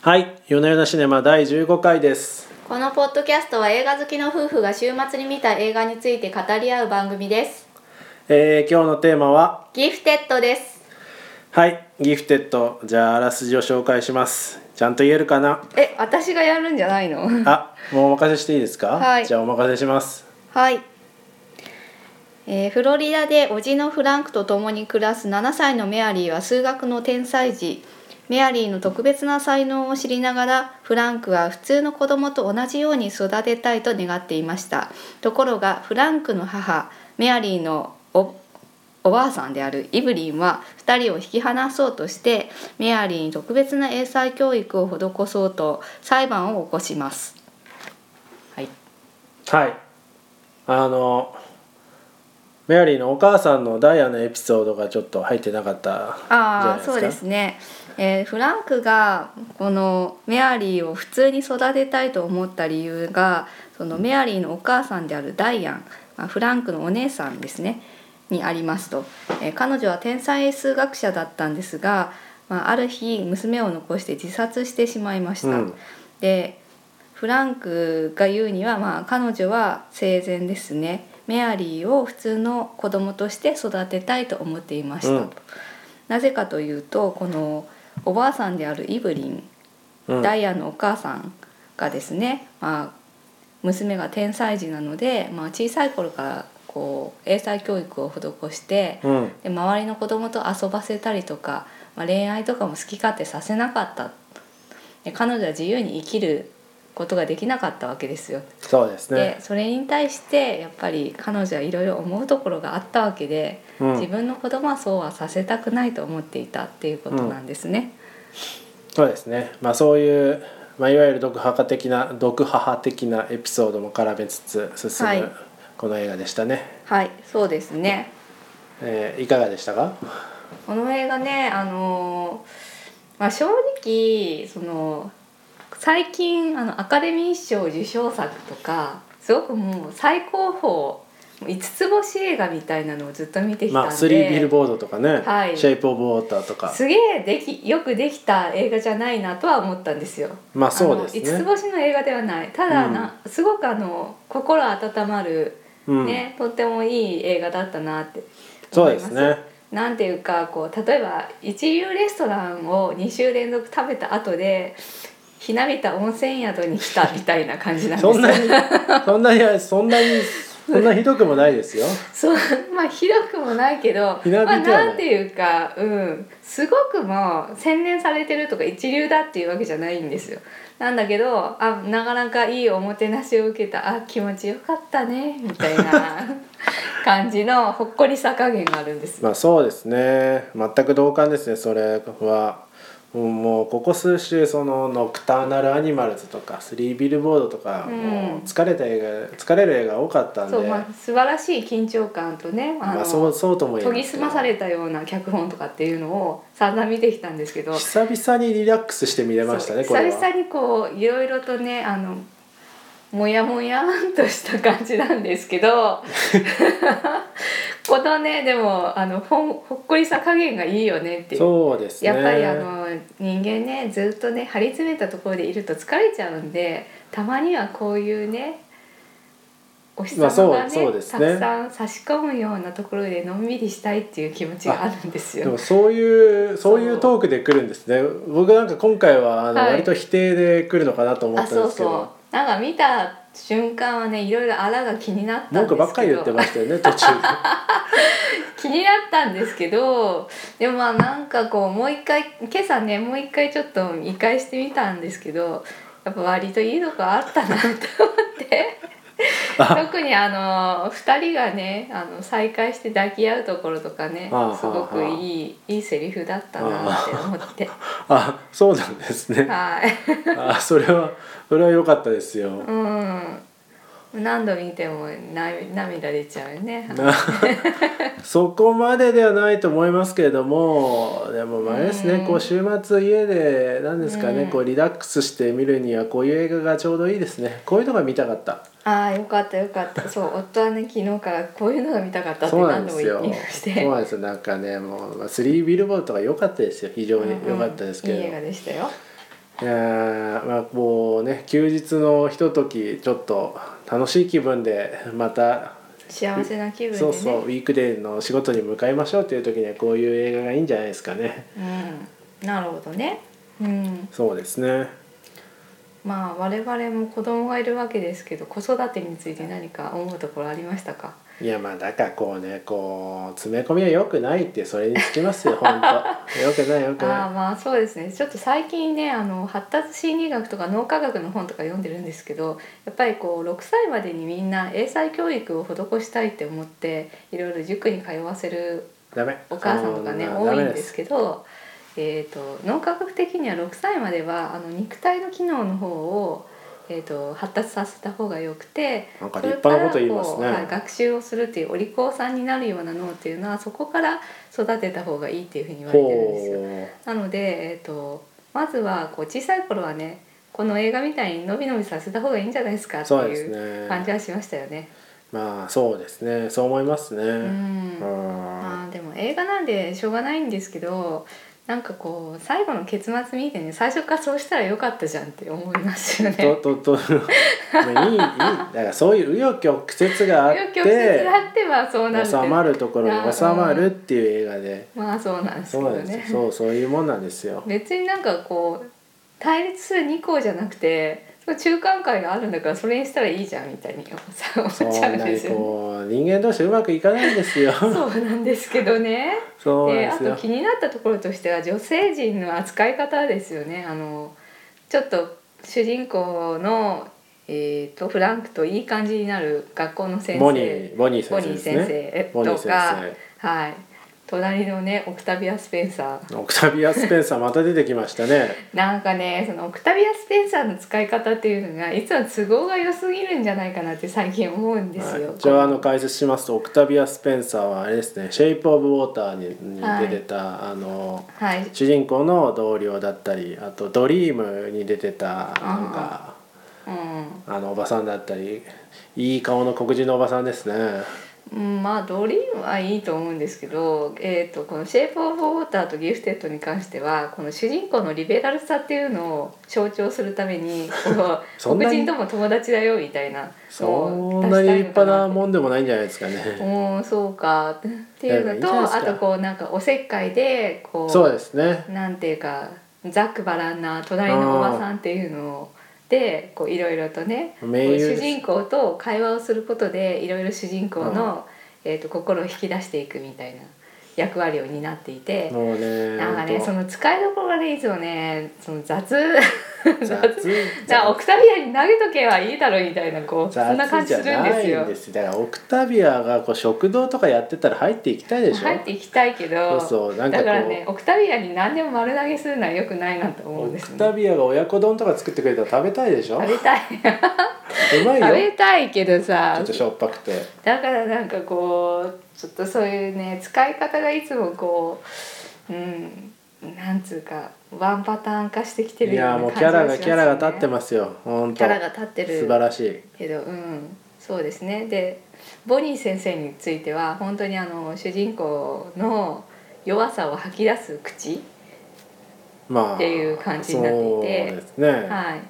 はい夜な夜なシネマ第15回ですこのポッドキャストは映画好きの夫婦が週末に見た映画について語り合う番組ですえー、今日のテーマはギフテッドですはいギフテッドじゃああらすじを紹介しますちゃんと言えるかなえ、私がやるんじゃないのあもうお任せしていいですか、はいじゃあお任せしますはい、えーフロリダで叔父のフランクと共に暮らす7歳のメアリーは数学の天才児メアリーの特別な才能を知りながらフランクは普通の子供と同じように育てたいと願っていましたところがフランクの母メアリーのおおばあさんであるイブリンは2人を引き離そうとしてメアリーに特別な英才教育を施そうと裁判を起こします。はい、はいあのメアリーのお母さんのダイヤのエピソードがちょっと入ってなかったじゃないあであすかそうですね、えーフランクがこのメアリーを普通に育てたいと思った理由がそのメアリーのお母さんであるダイアン、まあ、フランクのお姉さんですねにありますと、えー彼女は天才数学者だったんですが、まあ、ある日娘を残して自殺してしまいました。うんでフランクが言うには、まあ、彼女は生前ですねメアリーを普通の子供として育てたいと思っていましたと、うんなぜかというとこのおばあさんであるイブリン、うんダイヤのお母さんがですね、まあ、娘が天才児なので、まあ、小さい頃からこう英才教育を施して、うんで周りの子供と遊ばせたりとか、まあ、恋愛とかも好き勝手させなかったで彼女は自由に生きることができなかったわけですよ。そうですねでそれに対してやっぱり彼女はいろいろ思うところがあったわけで、うん自分の子供はそうはさせたくないと思っていたっていうことなんですね。そうですね、まあ、そういう、まあ、いわゆる毒母的な毒母的なエピソードも絡めつつ進む、はいこの映画でしたね、はいそうですねえーいかがでしたかこの映画ねあのーまあ、正直その最近あのアカデミー賞受賞作とかすごくもう最高峰5つ星映画みたいなのをずっと見てきたんまで、あ「スリービルボード」とかね「はいシェイプ・オブ・ウォーター」とかすげえできよくできた映画じゃないなとは思ったんですよ。まあそうですねあの5つ星の映画ではないただな、すごくあの心温まる、うんねとってもいい映画だったなってそう思いでますすねなんていうかこう例えば一流レストランを2週連続食べた後でひなびた温泉宿に来たみたいな感じなんですそんな にそんなにそんなにそんなひどくもないですよそう まあひどくもないけどひなびてはないまあ、なんていうか、うん、すごくもう洗練されてるとか一流だっていうわけじゃないんですよなんだけどあなかなかいいおもてなしを受けたあ気持ちよかったねみたい な感じのほっこりさ加減があるんです、まあそうですね全く同感ですねそれはうんもうここ数週その「ノクターナル・アニマルズ」とか「スリービルボード」とか、うんもう疲れた映画疲れる映画多かったんでそうまあ、素晴らしい緊張感とねあの、まあそうそうとも言え研んでぎすけ澄どまされたような脚本とかっていうのを散々見てきたんですけど久々にリラックスして見れましたねこそうれ久々はにこういろいろとねあのもやもやんとした感じなんですけ どこのねでもあのほんほっこりさ加減がいいよねっていうそうですねやっぱりあの人間ねずっとね張り詰めたところでいると疲れちゃうんでたまにはこういうねお日様まがあね,、そうそうですたねくさん差し込むようなところでのんびりしたいっていう気持ちがあるんですでよも。そういうそういそううトークで来るんですね僕なんか今回はあのはい割と否定で来るのかなと思あったんそでうすけど、そうなんか見た瞬間はねいろいろあらが気になったんですけど文句ばっかり言ってましたよね途中で気になったんですけどでもまあなんかこうもう一回今朝ねもう一回ちょっと見返してみたんですけどやっぱ割といいとこあったなと思って特にあの2人がねあの再会して抱き合うところとかねああすごくいいいいセリフだったなって思ってあそうなんですねはい。あそれはそれは良かったですよ。うん何度見てもな涙出ちゃうよね。な そこまでではないと思いますけれどもでもまああれですね、うんこう週末家で何ですかね、うんこうリラックスして見るにはこういう映画がちょうどいいですねこういうのが見たかったああよかったよかったそう夫はね昨日からこういうのが見たかったってそうな何んで度もす言っよていまそうなしてんですよなんかねもうまあスリービルボードとか良かったですよ非常にうんうん良かったですけど、いい映画でしたよえーまあ、こうね休日のひとときちょっと楽しい気分でまた、幸せな気分でねそうそうウィークデーの仕事に向かいましょうっていう時にはこういう映画がいいんじゃないですかねうん、なるほどね、うん、そうですねまあ我々も子供がいるわけですけど子育てについて何か思うところありましたかいやまあだからこうねこう詰め込みは良くないってそれにつきます よ本当良くない良くああなまあそうですねちょっと最近ねあの発達心理学とか脳科学の本とか読んでるんですけどやっぱりこう6歳までにみんな英才教育を施したいって思っていろいろ塾に通わせるいダメお母さんとかねそ多ダいメんですけど、えー、と脳科学的には6歳まではあの肉体の機能の方を、えー、と発達させた方がよくてなんかそ立派れからなこと言いますこうはいね学習をするっていうお利口さんになるような脳っていうのはそこから育てた方がいいっていうふうに言われてるんですよ。ほなので、えー、とまずはこう小さい頃はねこの映画みたいにのびのびさせた方がいいんじゃないですかうってそうでいうす感じねはしましたよね。まあそうですねそう思いますね、うんうんまあでも映画なんでしょうがないんですけどなんかこう最後の結末見てね最初からそうしたらよかったじゃんって思いますよとね。とと まあいいいいだからそういう紆余曲折が あっ余興説てがあってはそうなるって収まるところに収まるっていう映画で、まあそうなんですそけうどなんねですよそうそういうもんなんですよ別になんかこう対立する2校じゃなくてその中間会があるんだからそれにしたらいいじゃんみたいに思っそちゃうんんなでにすよね。こう人間同士うまくいかないんですよ そうなんですけどね。そうでなあんですとよ気になったところとしては女性陣の扱い方ですよねあのちょっと主人公の、えー、とフランクといい感じになる学校の先生ボニーボニーボ先生ニーです先ね生ボニとーか、先はい、隣のねオクタビア・スペンサー生オクタビア・スペンサーまた出てきましたねなんかねそのオクタビア・スペンサーの使い方っていうのがいつも都合が良すぎるんじゃないかなって最近思うんですよ。はい一応あの解説しますとオクタビア・スペンサーはあれですね「シェイプ・オブ・ウォーターに」はいに出てた、あのはい、主人公の同僚だったりあと「ドリーム」に出てたなんかうんあのおばさんだったりいい顔の黒人のおばさんですねうん、まあドリームはいいと思うんですけど、えー、とこの「シェイプ・オブ・ウォーター」と「ギフテッド」に関してはこの主人公のリベラルさっていうのを象徴するた めにこうそんな黒に人とも友達だよみたいなそんなに立派なもんんでもないんじゃないですかねうんそうかっていいうのやいいとじゃないあですかとこうなんかおせっかいでこうそうですねなんていうかざっくばらんな隣のおばさんっていうのをでこういろいろとね名優主です人公と会話をすることでいろいろ主人公の、えー、と心を引き出していくみたいな役割を担っていて、もうねなんかねほそんの使いどころがねいつもねその雑と 雑雑じゃあオクタビアに投げとけばいいだろうみたいなこう雑そんな感じするんですじゃよないんで。すだからオクタビアがこう食堂とかやってたら入っていきたいでしょ入っていきたいけどそうそうなんかこだうからねオクタビアに何でも丸投げするのはよくないなと思うオんですクよタね。ビアが親子丼とか作ってくれたら食べたいでしょ食べたいうまい食よべたいけどちょさっとしょっぱくてだからなんかこうちょっとそういうね使い方がいつもこううんなんつうかワンパターン化してきてるいようなや感もうじキャラがしキャラが立ってまますすよ本ね当キャラが立って素る晴らしいけどうんそうですねでボニー先生については本当にあの主人公の弱さを吐き出す口まあっていう感じになっていてそうですね、はい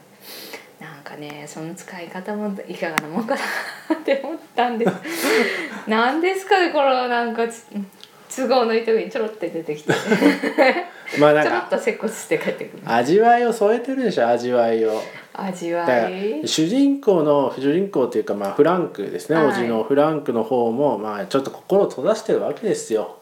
なんかねその使い方もいかがなもんかなって思ったんです なんですかねこのなんかつ都合のいい時にちょろって出てきてちまあなんょろっかと接骨して帰ってくる味わいを添えてるでしょ味わいを味だからわい主人公の主人公というかまあフランクですね、はいおじのフランクの方もまあちょっと心を閉ざしてるわけですよ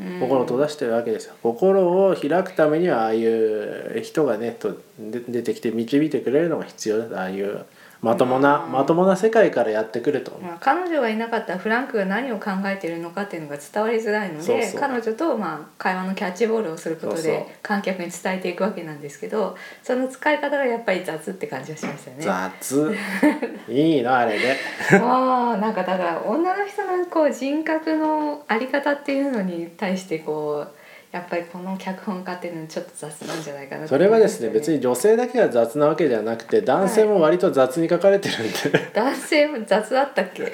うん心を閉ざしてるわけですよ心を開くためにはああいう人がねとで出てきて導いてくれるのが必要だああいうまともなうんまともな世界からやってくるとまあ、彼女がいなかったらフランクが何を考えているのかっていうのが伝わりづらいのでそうそう彼女とまあ会話のキャッチボールをすることそうそうで観客に伝えていくわけなんですけどその使い方がやっぱり雑って感じがしましたよね。 雑いいのあれであーなんかだから女の人のこう人格のあり方っていうのに対してこうやっぱりこの脚本家っていうのはちょっと雑なんじゃないかなとそ思れいはまですね別に女性だけが雑なわけじゃなくて男性も割と雑に書かれてるんで、男性も雑だったっけ っ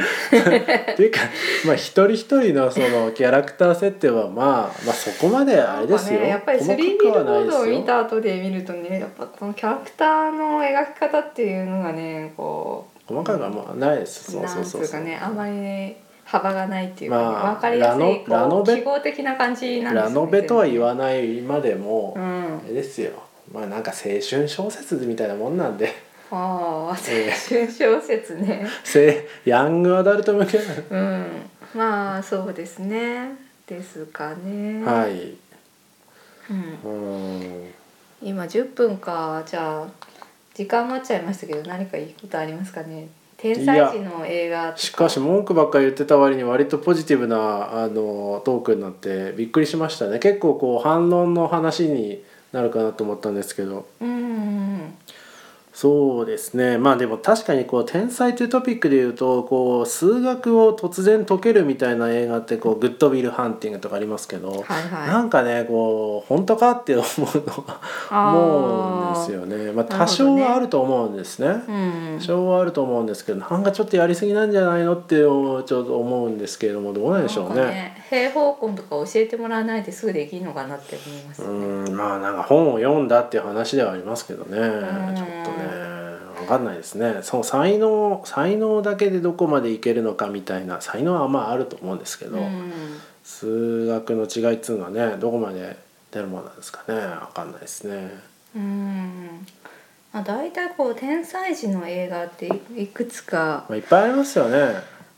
ていうか、まあ、一人一人のそのキャラクター設定は、まあ、まあそこまであれですよ、なんかね、やっぱり細スリービかルくはボないーでドをす見よた後で見るとねやっぱこのキャラクターの描き方っていうのがねこう細かくはまあないですそうなそんうつそうううかねあまりね幅がないっていうか、ねまあ分かりやすいラノこラノうベ記号的な感じなんですラよノベとは言わないまでも、うんあれですよまあなんか青春小説みたいなもんなんで ああ青え春小説 ねせヤングアダルト向けなうんまあそうですねですかねはいううん、ん今10分かじゃあ時間余っちゃいましたけど何かいいことありますかね天才児の映画としかし文句ばっかり言ってた割に割とポジティブなあのトークになってびっくりしましたね結構こう反論の話になるかなと思ったんですけどうんうんそうですねまあでも確かにこう天才というトピックで言うとこう数学を突然解けるみたいな映画ってこうグッドビル・ハンティングとかありますけうどん、はいはいなんかねこう本当かって思うのは思うんですよ。よね。まあ、なるほどね多少はあると思うんですね。うん多、少はあると思うんですけど、なんかちょっとやりすぎなんじゃないのってちょっと思うんですけれどもどうなんでしょうね。なんか平方根とか教えてもらわないですぐできるのかなって思いますうよね。んまあなんか本を読んだっていう話ではありますけどねちょっとんね分かんないですねその才能才能だけでどこまでいけるのかみたいな才能はまああると思うんですけど、うん数学の違いっつうのはねどこまで出るものなんですかね分かんないですね。うんまあ、大体こう天才児の映画っていくつかまあ、いっぱいありますよね。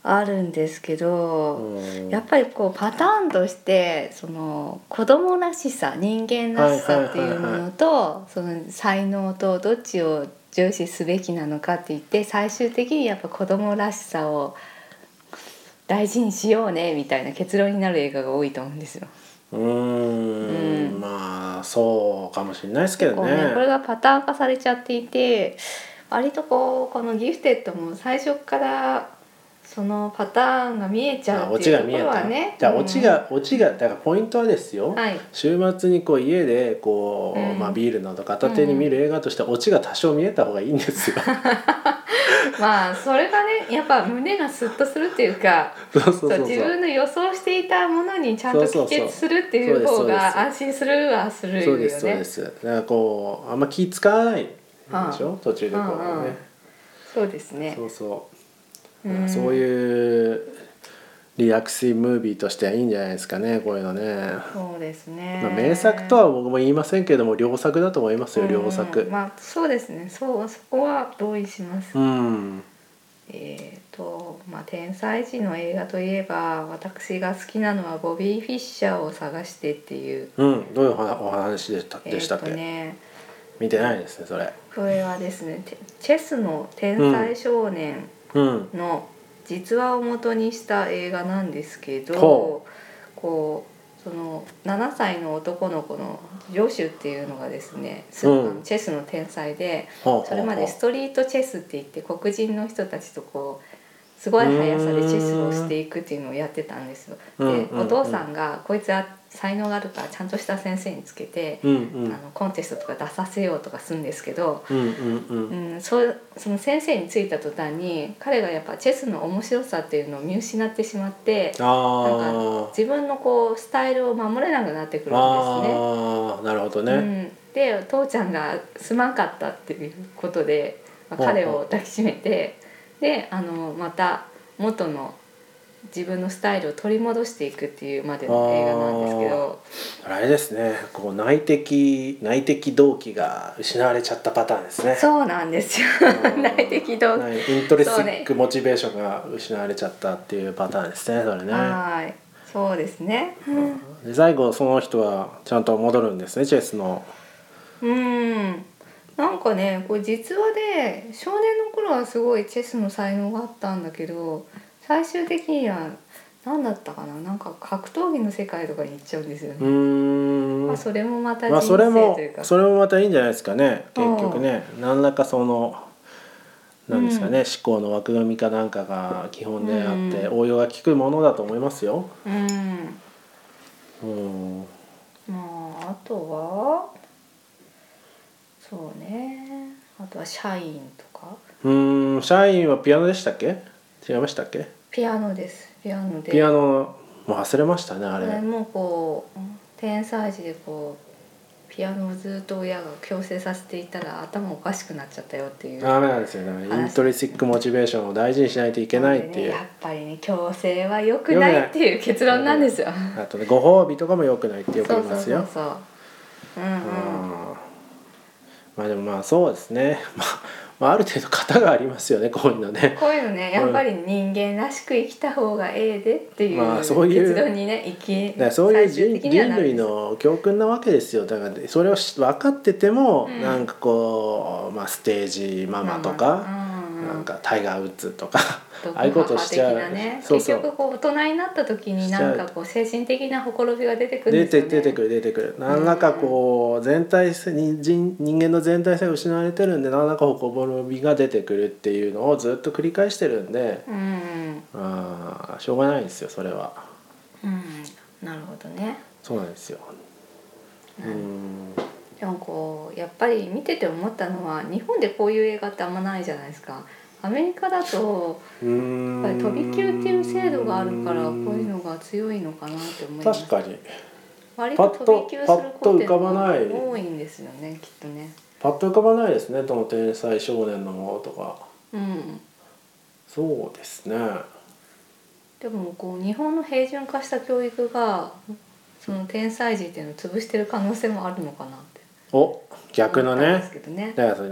あるんですけど、うんやっぱりこうパターンとしてその子供らしさ人間らしさっていうものと、その才能とどっちを重視すべきなのかって言って最終的にやっぱ子供らしさを大事にしようねみたいな結論になる映画が多いと思うんですよ。うーんうんまあそうかもしれないですけどこうねね、これがパターン化されちゃっていて割とこうこのギフテッドも最初からそのパターンが見えちゃあうっオてチいうがと見こえろはた、ね。じゃあうんオチが、オチがだからポイントはですよ、はい週末にこう家でこう、うんまあ、ビールなど片手に見る映画としてオチが多少見えた方がいいんですよ。まあそれがねやっぱ胸がスッとするっていうか そうそうそうそうそ自う。分の予想していたものにちゃんとそうそ帰うそう結するっていう方がそう安心するはするそようですそうねで。す。だからこうあんま気使わないでしょ、途中でこうね、うんうんそうですねそ。うそう、うんそういうリラクシームービーとしてはいいんじゃないですかねこういうのね。そうですね。まあ、名作とは僕も言いませんけれども良作だと思いますよ良作。うんまあそうですね。そうそこは同意します。うんえーとまあ、天才児の映画といえば私が好きなのはボビー・フィッシャーを探してっていう、うん、どういうお話お話でしたえでしたーっとけ、ね、見てないですねそれ。これはですねてチェスの天才少年うん、の実話を元にした映画なんですけどほ、こうその7歳の男の子のジシュっていうのがですね、すうんあのチェスの天才で。ほうほうほうそれまでストリートチェスって言って黒人の人たちとこうすごい速さでチェスをしていくっていうのをやってたんですよ。でうんうんうんお父さんがこいつは才能があるからちゃんとした先生につけて、うんうあんのコンテストとか出させようとかするんですけど、うんうんううんん、そうその先生に就いた途端に彼がやっぱチェスの面白さっていうのを見失ってしまってあ自分のこうスタイルを守れなくなってーくるんですね。あーなるほどうね、ん、で父ちゃんがすまんかったっていうことで、まあほうほう彼を抱きしめてであのまた元の自分のスタイルを取り戻していくっていうまでの映画なんですけどあれですねこう内的内的動機が失われちゃったパターンですねそうなんですよ うん内的動機、はいイントレステそうィッねクモチベーションが失われちゃったっていうパターンですねそれねはいそうですねうん、で最後その人はちゃんと戻るんですねチェスのうんなんかねこう実話で少年の頃はすごいチェスの才能があったんだけど最終的には何だったかななんか格闘技の世界とかに行っちゃうんですよねうーんまあ、それもまたま人あ、そ生れもというか、それもまたいいんじゃないですかね結局ね何らかそのなんですかね、思考の枠組みかなんかが基本であって、う応用が効くものだと思いますよ。うんうんまああとはそうねあとはシャインとかうーんシャインはピアノでしたっけ違いましたっけピアノですピアノでピアノもう忘れましたねあこれ、れもこう天才児でこうピアノをずっと親が強制させていたら頭おかしくなっちゃったよっていうダメなんですよねイ話ントリシックモチベーションを大事にしないといけないっていう、なのでねやっぱりね強制は良くないっていう結論なんですよ。あとねご褒美とかも良くないってそうよくそ言いうまそうすそよう。うんうん。うんまあでもまあそうですね、 まあ、まあある程度型がありますよねこういうのねこういうのねやっぱり人間らしく生きた方がええでっていうまあ結そういう論にね生だからきそういう最人終的には人なるんで類すの教訓なわけですよだからそれをし分かってても、うんなんかこう、まあ、ステージママとか、なんかタイガー・ウッズ とかああいうことしちゃう、独白的なねそうそう結局こう大人になった時になんかこう精神的なほころびが出てくるん出ですよて出ねてくる出てくる何らかこう全体性に人人間の全体性が失われてるんで何らかほこぼろびが出てくるっていうのをずっと繰り返してるんでうんあーしょうがないんですよそれはうんなるほどねそうなんですようんでもこうやっぱり見てて思ったのは日本でこういう映画ってあんまないじゃないですかアメリカだとやっぱり飛び級っていう制度があるからこういうのが強いのかなって思います確かに割と飛び級することってのが多いんですよねきっとねパッと浮かばないですねどの天才少年のものとかうんそうですねでもこう日本の平準化した教育がその天才児っていうのを潰してる可能性もあるのかなってお逆思のったんですねけどねだからそれ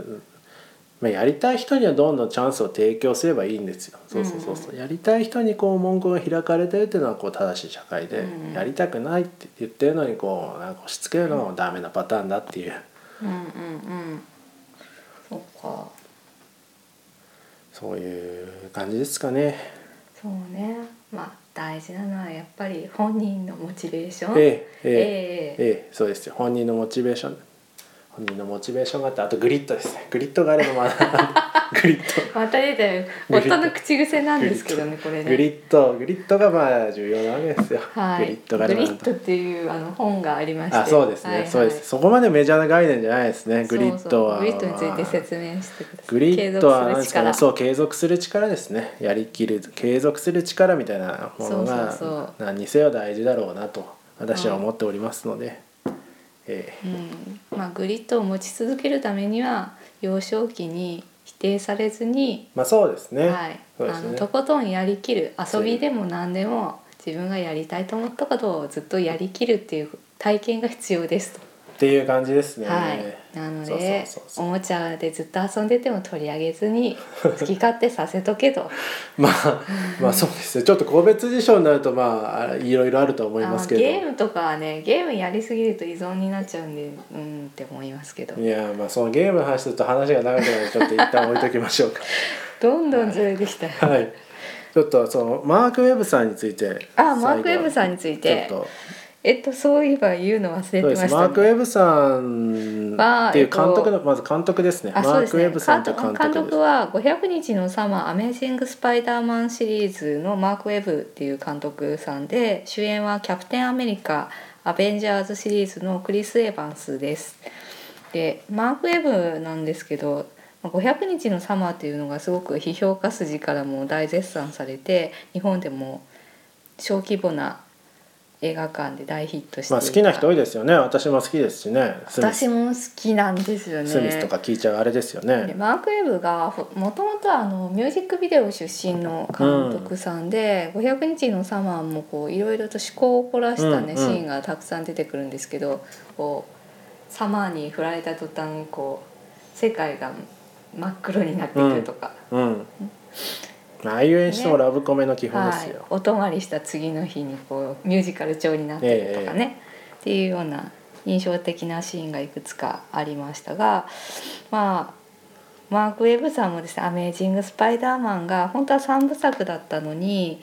まあ、やりたい人にはどんどんチャンスを提供すればいいんですよ。そうそうそうそう。やりたい人にこう門戸が開かれてるっていうのはこう正しい社会で、うんうんやりたくないって言ってるのにこうなんか押し付けるのはダメなパターンだっていう。うんうんうんそっかそういう感じですかね。そうねまあ大事なのはやっぱり本人のモチベーションえええええええええそうですよ。本人のモチベーション。本人のモチベーションがあってあとグリッドですね。グリッドがあればま だグリッド。また出たよグリッド夫の口癖なんですけどねこれねグリッドグリッドがまあ重要なわけですよ。はい、グリッドグがリねッドっていうあの本がありましてあそうですね、はいはいそうですそこまでメジャーな概念じゃないですねグリッドはそうそうグリッドについて説明してくださいグリッドは何継続ですすかるね力そう継続する力ですねやりきる継続する力みたいなものがそうそう何にせよ大事だろうなと私は思っておりますので、ええうんまあ、グリッドを持ち続けるためには幼少期に否定されずに、まあそうですね、はいそうであすのねとことんやりきる遊びそうでも何でも自分がやりたいと思ったことをずっとやりきるっていう体験が必要ですと。っていう感じですね、はい、なのでそうそうそうそうおもちゃでずっと遊んでても取り上げず に好き勝手させとけとまあまあそうですね ちょっと個別事象になるとまあいろいろあると思いますけどあのゲームとかはねゲームやりすぎると依存になっちゃうんでうんって思いますけどいやーまあそのゲームの話すると話が長くなるのでちょっと一旦置いときましょうか どんどんずれてきた。はいちょっとそのマーク・ウェブさんについてあマークウェブさんについてちょっとえっとそういえば言うの忘れてそうまでしす、た、ね。マーク・ウェブさんはっていう監督えの、まず監督ですねあマそうーですク・ウねェブさん監と監督監督です督は「500日のサマーアメイジング・スパイダーマン」シリーズのマーク・ウェブっていう監督さんで主演は「キャプテン・アメリカ」「アベンジャーズ」シリーズのクリス・エヴァンスです。でマーク・ウェブなんですけど「500日のサマー」っていうのがすごく批評家筋からも大絶賛されて日本でも小規模な映画館で大ヒットしていたまあ好きな人多いですよね私も好きですしねスミス,、私も好きなんですよね。スミスとか聞いちゃうあれですよでねマーク・ウェブがほもともとあのミュージックビデオ出身の監督さんで「500日のサマー」もこういろいろと趣向を凝らした、ねうんうんシーンがたくさん出てくるんですけどこうサマーに振られた途端こう世界が真っ黒になってくるとか、うんまあああいう演出もラブコメの基本ではすいよ、、お泊まりした次の日にこうミュージカル調になってるとかね、っていうような印象的なシーンがいくつかありましたがまあマーク・ウェブさんもですね「アメージング・スパイダーマン」が本当は3部作だったのに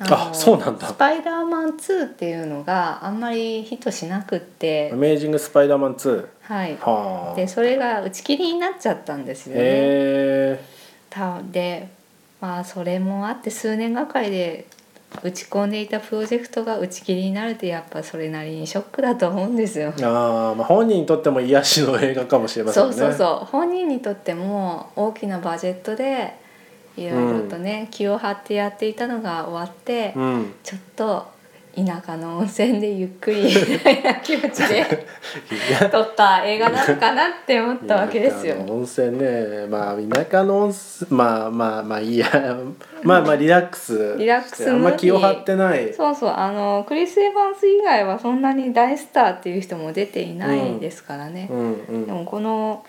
のあそうなんだスパイダーマン2」っていうのがあんまりヒットしなくってア、メイジング・スパイダーマン2はい、はあでそれが打ち切りになっちゃったんですよね。へえたでまあそれもあって数年がかりで打ち込んでいたプロジェクトが打ち切りになるってやっぱそれなりにショックだと思うんですよ。あー、まあ本人にとっても癒しの映画かもしれませんそねうそうそう本人にとっても大きなバジェットでいろいろとね、気を張ってやっていたのが終わって、うんちょっと田舎の温泉でゆっくりみたいな気持ちでいや撮った映画なのかなって思ったわけです田舎よ。の温泉ねまあ田舎の温泉まあまあまあいいやまあまあリラックスリラックスムーディーあんま気を張ってないそうそうあのクリス・エヴァンス以外はそんなに大スターっていう人も出ていないですからね。うんでうんもこの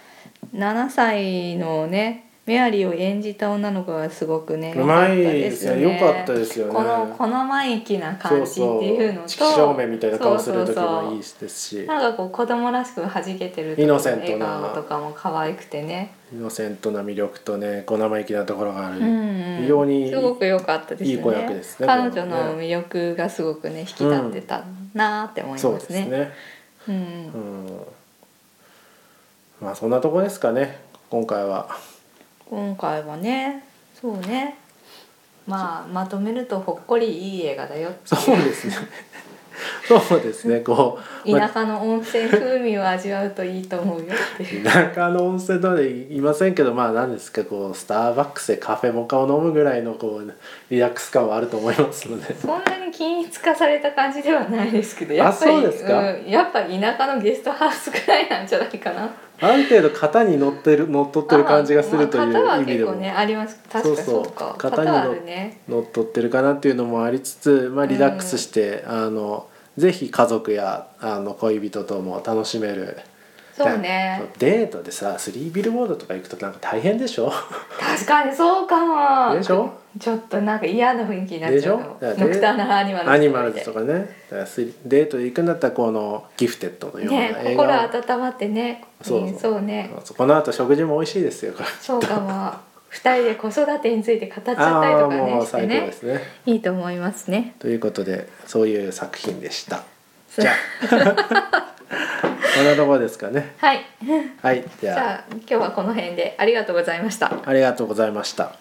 7歳のねメアリーを演じた女の子がすごくねうまいですよね良かったですよねこのこの生意気なそ感うじってそういうのと色正面みたいな顔する時そうそうもそういいしですしなんかこう子供らしく弾けてるイノセント笑な顔とかも可愛くてね、イノセントな魅力とね小生意気なところがある、うんうん非常にすごく良かったですよねいい子役ですね彼これ女はねの魅力がすごくね引き立ってたなーって思いますねそうですね、うんううんん、まあそんなとこですかね今回は今回はねそうねまあまとめるとほっこりいい映画だよっていうそうですね そうですねこう、まあ田舎の温泉風味を味わうといいと思うよっていう。田舎の温泉とは言いませんけどまあ何ですかこうスターバックスでカフェモカを飲むぐらいのこうリラックス感はあると思いますのでそんなに均一化された感じではないですけど、やっぱりそうですかん、やっぱ田舎のゲストハウスくらいなんじゃないかな。ある程度型に乗ってる乗っ取ってる感じがするというまあまあ意味で型は結構もねあります。確かにそうか。そうそう型はあるね。乗っ取ってるかなっていうのもありつつ、まあ、リラックスして、あのぜひ家族やあの恋人とも楽しめる。そうね。デートでさスリービルボードとか行くとなんか大変でしょ確かにそうかも。でしょちょっとなんか嫌な雰囲気になっちゃうかもでしょだからノクターナアニマルズとかアニマルズとかねだからスリデートで行くんだったらこのギフテッドのようなね映画を心温まってね。そうそうんそうね。そうこの後食事も美味しいですよこれそうかも。二人で子育てについて語っちゃったりあとあかもねうして最高でね。すねいいと思いますね。ということでそういう作品でしたじゃあ こんなところですかねはい。はいじじゃゃあ今日はこの辺でありがとうございました。あありがとうございました